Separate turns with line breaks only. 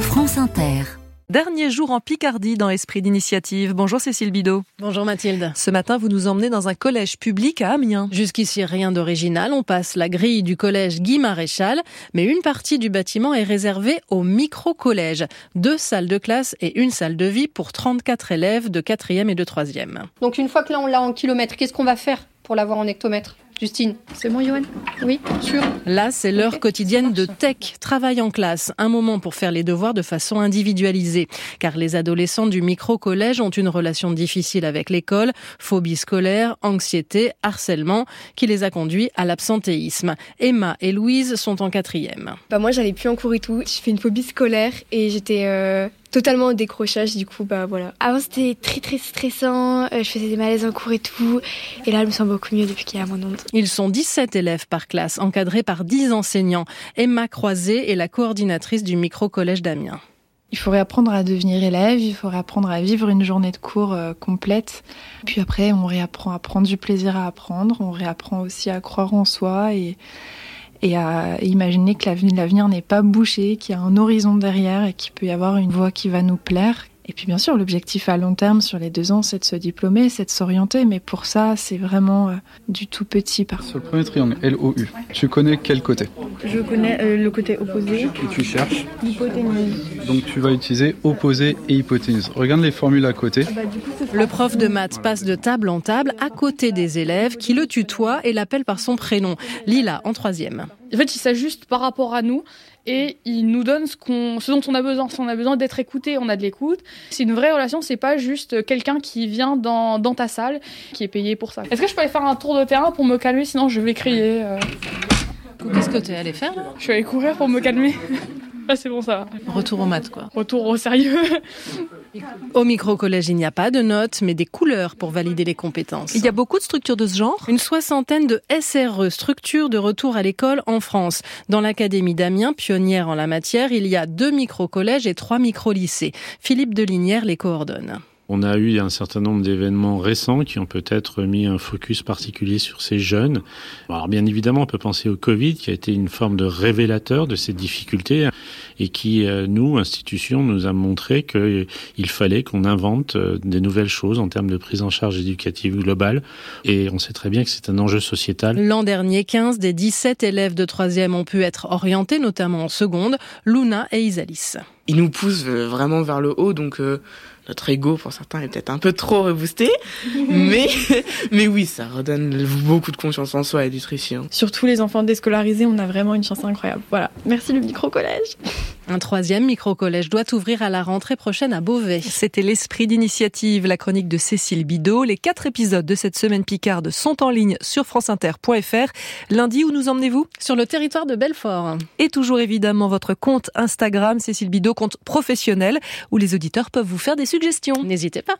France Inter.
Dernier jour en Picardie dans Esprit d'initiative. Bonjour Cécile Bidot.
Bonjour Mathilde.
Ce matin, vous nous emmenez dans un collège public à Amiens.
Jusqu'ici, rien d'original. On passe la grille du collège Guy Maréchal, mais une partie du bâtiment est réservée au micro-collège. Deux salles de classe et une salle de vie pour 34 élèves de 4e et de 3e.
Donc une fois que là on l'a en kilomètres, qu'est-ce qu'on va faire pour l'avoir en hectomètres Justine, c'est bon Johan Oui, sûr.
Là, c'est l'heure quotidienne de tech, travail en classe, un moment pour faire les devoirs de façon individualisée. Car les adolescents du micro-collège ont une relation difficile avec l'école, phobie scolaire, anxiété, harcèlement, qui les a conduits à l'absentéisme. Emma et Louise sont en quatrième.
Bah moi, j'allais plus en cours et tout. J'ai fait une phobie scolaire et j'étais euh, totalement au décrochage. Du coup, bah voilà.
Avant, c'était très très stressant, euh, je faisais des malaises en cours et tout. Et là, je me sens beaucoup mieux depuis qu'il y a mon onde.
Ils sont 17 élèves par classe, encadrés par 10 enseignants. Emma Croisé est la coordinatrice du micro-collège d'Amiens.
Il faudrait apprendre à devenir élève, il faudrait apprendre à vivre une journée de cours euh, complète. Puis après, on réapprend à prendre du plaisir à apprendre, on réapprend aussi à croire en soi et, et à imaginer que l'avenir- l'avenir n'est pas bouché, qu'il y a un horizon derrière et qu'il peut y avoir une voie qui va nous plaire. Et puis bien sûr, l'objectif à long terme sur les deux ans, c'est de se diplômer, c'est de s'orienter, mais pour ça, c'est vraiment euh, du tout petit par
Sur le premier triangle, L-O-U, tu connais quel côté
Je connais euh, le côté opposé,
Et tu cherches.
l'hypoténuse.
Donc tu vas utiliser opposé et hypoténuse. Regarde les formules à côté.
Bah, du coup, ce sera
Le prof de maths passe de table en table à côté des élèves qui le tutoient et l'appellent par son prénom. Lila en troisième.
En fait, il s'ajuste par rapport à nous et il nous donne ce, qu'on- ce dont on a besoin. Si on a besoin d'être écouté, on a de l'écoute. C'est une vraie relation, c'est pas juste quelqu'un qui vient dans, dans ta salle qui est payé pour ça. Est-ce que je peux aller faire un tour de terrain pour me calmer Sinon, je vais crier. euh.
Qu'est-ce que t'es allé faire là
Je suis allée courir pour me calmer. Là, c'est bon, ça va.
Retour au maths quoi.
Retour au sérieux.
Au micro-collège, il n'y a pas de notes, mais des couleurs pour valider les compétences.
Il y a beaucoup de structures de ce genre.
Une soixantaine de SRE, structures de retour à l'école en France. Dans l'Académie d'Amiens, pionnière en la matière, il y a deux micro-collèges et trois micro-lycées. Philippe Delinière les coordonne.
On a eu un certain nombre d'événements récents qui ont peut-être mis un focus particulier sur ces jeunes. Alors bien évidemment, on peut penser au Covid qui a été une forme de révélateur de ces difficultés et qui, euh, nous, institutions, nous a montré qu'il fallait qu'on invente euh, des nouvelles choses en termes de prise en charge éducative globale. Et on sait très bien que c'est un enjeu sociétal.
L'an dernier, 15 des 17 élèves de 3e ont pu être orientés, notamment en seconde, Luna et Isalis.
il nous pousse euh, vraiment vers le haut, donc euh, notre ego pour certains est peut-être un peu trop reboosté, mais mais oui, ça redonne beaucoup de confiance en soi et du trichant.
Surtout les enfants déscolarisés, on a vraiment une chance incroyable. Voilà. Merci le micro-collège.
Un troisième micro-collège doit ouvrir à la rentrée prochaine à Beauvais.
C'était l'esprit d'initiative, la chronique de Cécile Bidot. Les quatre épisodes de cette semaine Picarde sont en ligne sur franceinter.fr. Lundi, où nous emmenez-vous
Sur le territoire de Belfort.
Et toujours évidemment votre compte Instagram, Cécile Bidot, compte professionnel, où les auditeurs peuvent vous faire des suggestions.
N'hésitez pas.